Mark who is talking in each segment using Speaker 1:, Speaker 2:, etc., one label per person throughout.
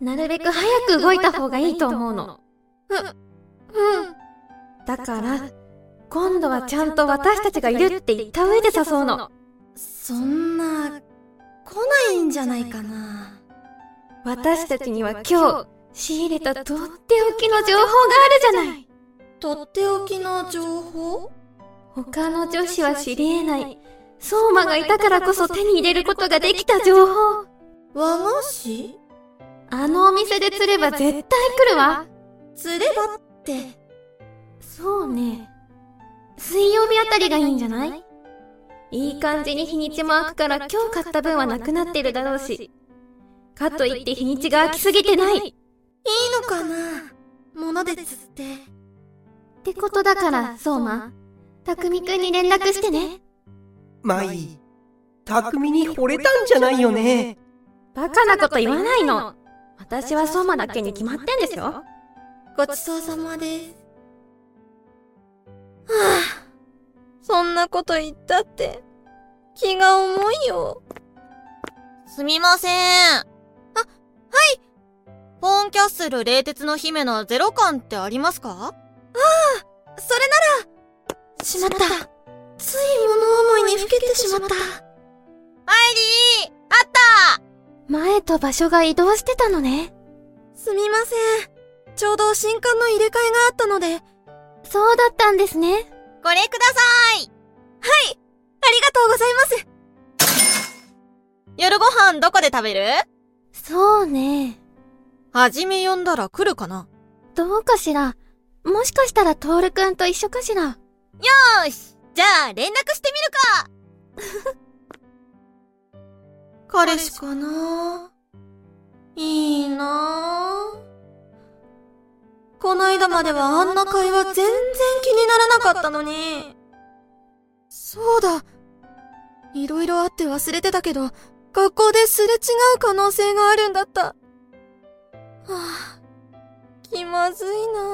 Speaker 1: なるべく早く動いた方がいいと思うの。うん。だから、今度はちゃんと私たちがいるって言った上で誘うの。
Speaker 2: そんな、来ないんじゃないかな。
Speaker 1: 私たちには今日、仕入れたとっておきの情報があるじゃない。
Speaker 2: とっておきの情報
Speaker 1: 他の女子は知り得ない、相馬がいたからこそ手に入れることができた情報。
Speaker 2: 和菓子
Speaker 1: あのお店で釣れば絶対来るわ。
Speaker 2: 釣ればって、
Speaker 1: そうね。水曜日あたりがいいんじゃないいい感じに日にちも空くから今日買った分はなくなってるだろうし。かといって日にちが空きすぎてない。っ
Speaker 2: いいのかな物で釣って。
Speaker 1: てことだから、そうま。たくみくんに連絡してね。
Speaker 3: マイ、匠に惚れたんじゃないよね。
Speaker 1: バカなこと言わないの。私はそうまだけに決まってんですよ。
Speaker 2: ごちそうさまです。はぁ、そんなこと言ったって、気が重いよ。
Speaker 4: すみません。あ、はい。ポーンキャッスル冷徹の姫のゼロ感ってありますか
Speaker 2: それならしまったつい物思いにふけてしまった。
Speaker 4: アイリーあっ
Speaker 1: 前と場所が移動してたのね。
Speaker 2: すみません。ちょうど新刊の入れ替えがあったので、ありが
Speaker 1: そうだったんですね。
Speaker 4: たこれください
Speaker 2: とうございます。
Speaker 4: 夜ご飯どこで食べる
Speaker 1: そうね。
Speaker 4: はじめ呼んだら来るかな
Speaker 1: どうかしら。もしかしたらトールくんと一緒かしら。
Speaker 4: よしじゃあ連絡してみるか彼氏
Speaker 2: かないいなぁ。こないだまではあんな会話全然気にならなかったのに。そうだ。いろいろあって忘れてたけど、学校ですれ違う可能性があるんだった。はぁ、気まずいなぁ。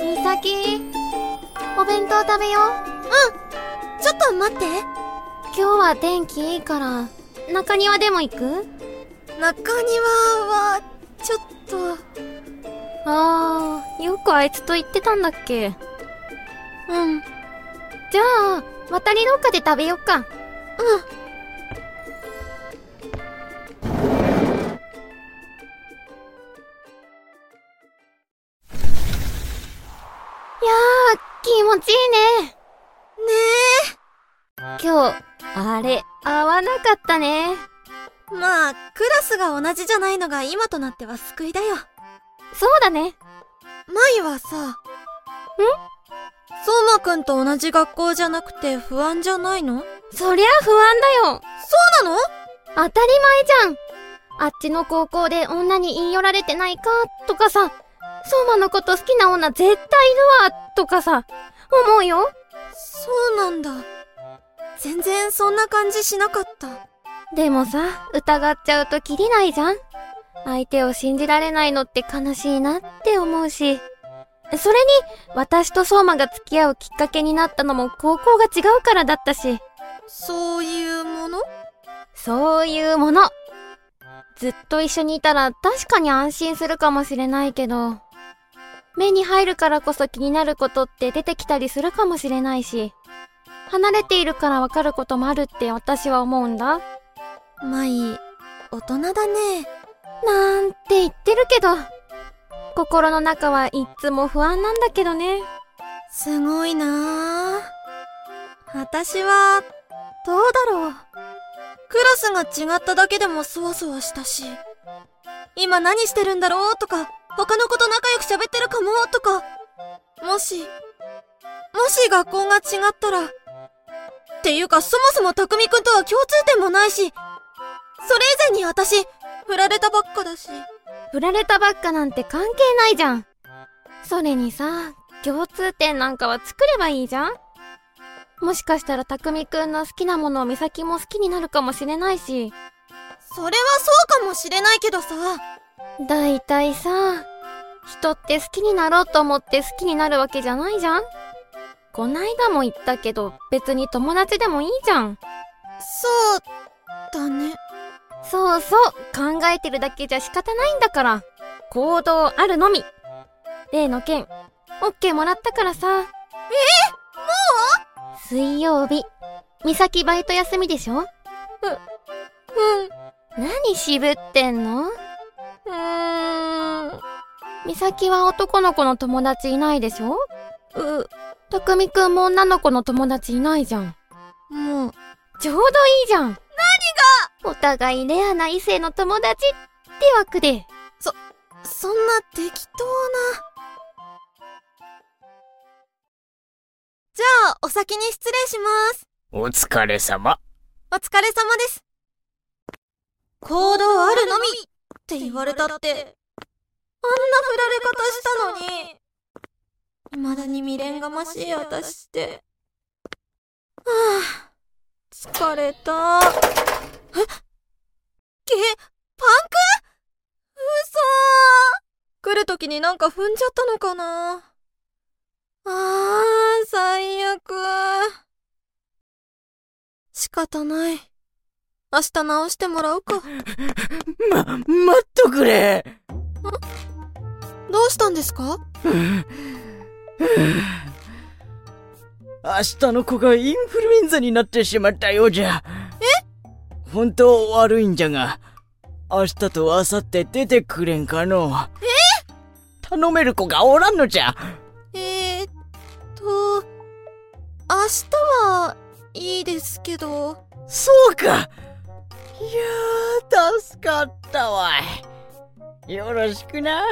Speaker 1: みさき、お弁当食べよう。
Speaker 2: ちょっと待って。
Speaker 1: 今日は天気いいから、中庭でも行く
Speaker 2: 中庭は、ちょっと、
Speaker 1: ああ、よくあいつと言ってたんだっけ。うん。じゃあ、渡り廊下で食べよっか。いやー、気持ちいいね。ねえ。今日、あれ、合わなかったね。
Speaker 2: まあ、クラスが同じじゃないのが今となっては救いだよ。
Speaker 1: そうだね。
Speaker 2: 舞はさ、んそうまくんと同じ学校じゃなくて不安じゃないのそ
Speaker 1: そりゃ不安だよ。
Speaker 2: うなの
Speaker 1: 当たり前じゃんあっちの高校で女に言い寄られてないかとかさ、相馬のこと好きな女絶対いるわとかさ、思うよ。
Speaker 2: そうなんだ。全然そんな感じしなかった。
Speaker 1: でもさ、疑っちゃうとキリないじゃん相手を信じられないのって悲しいなって思うし。それに、私と相馬が付き合うきっかけになったのも高校が違うからだったし、
Speaker 2: そういうもの
Speaker 1: そういうもの。ずっと一緒にいたら確かに安心するかもしれないけど、目に入るからこそ気になることって出てきたりするかもしれないし、離れているからわかることもあるって私は思うんだ。
Speaker 2: 舞、大人だね。
Speaker 1: なんて言ってるけど、心の中はいっつも不安なんだけどね。
Speaker 2: すごいなあ私は、どうだろう。クラスが違っただけでもそわそわしたし、今何してるんだろうとか、他の子と仲良く喋ってるかもとか、もし、もし学校が違ったら、っていうかそもそも匠くんとは共通点もないし、それ以前に私、振られたばっかだし、
Speaker 1: 振られたばっかなんて関係ないじゃん。それにさ、共通点なんかは作ればいいじゃんもしかしたらたくみくんの好きなものを美咲も好きになるかもしれないし、
Speaker 2: それはそうかもしれないけどさ、
Speaker 1: だいたいさ、人って好きになろうと思って好きになるわけじゃないじゃんこないだも言ったけど別に友達でもいいじゃん。
Speaker 2: そうだね
Speaker 1: そうそう、考えてるだけじゃ仕方ないんだから。行動あるのみ。例の件、オッケーもらったからさ。えもう水曜日、美咲バイト休みでしょう、うん。何渋ってんのうーん。美咲は男の子の友達いないでしょう、たくみくんも女の子の友達いないじゃん。
Speaker 2: もう
Speaker 1: ちょうどいいじゃん。何がお互いレアな異性の友達って枠で。
Speaker 2: そんな適当なじゃあお先に失礼します
Speaker 5: お疲れ様。
Speaker 2: お疲れ様です行動あるのみって言われたってあんな振られ方したのに未だに未練がましい私ってはあ疲れたえげパンク嘘来る時になんか踏んじゃったのかなあー、最悪。仕方ない。明日直してもらうか。
Speaker 5: ま、待っとくれ。
Speaker 2: どうしたんですか
Speaker 5: 明日の子がインフルエンザになってしまったようじゃ。え本当悪いんじゃが、明日と明後日出てくれんかの。え頼める子がおらんのじゃ。
Speaker 2: えーっと、明日はいいですけど、
Speaker 5: そうか。いやー、助かったわい。よろしくな。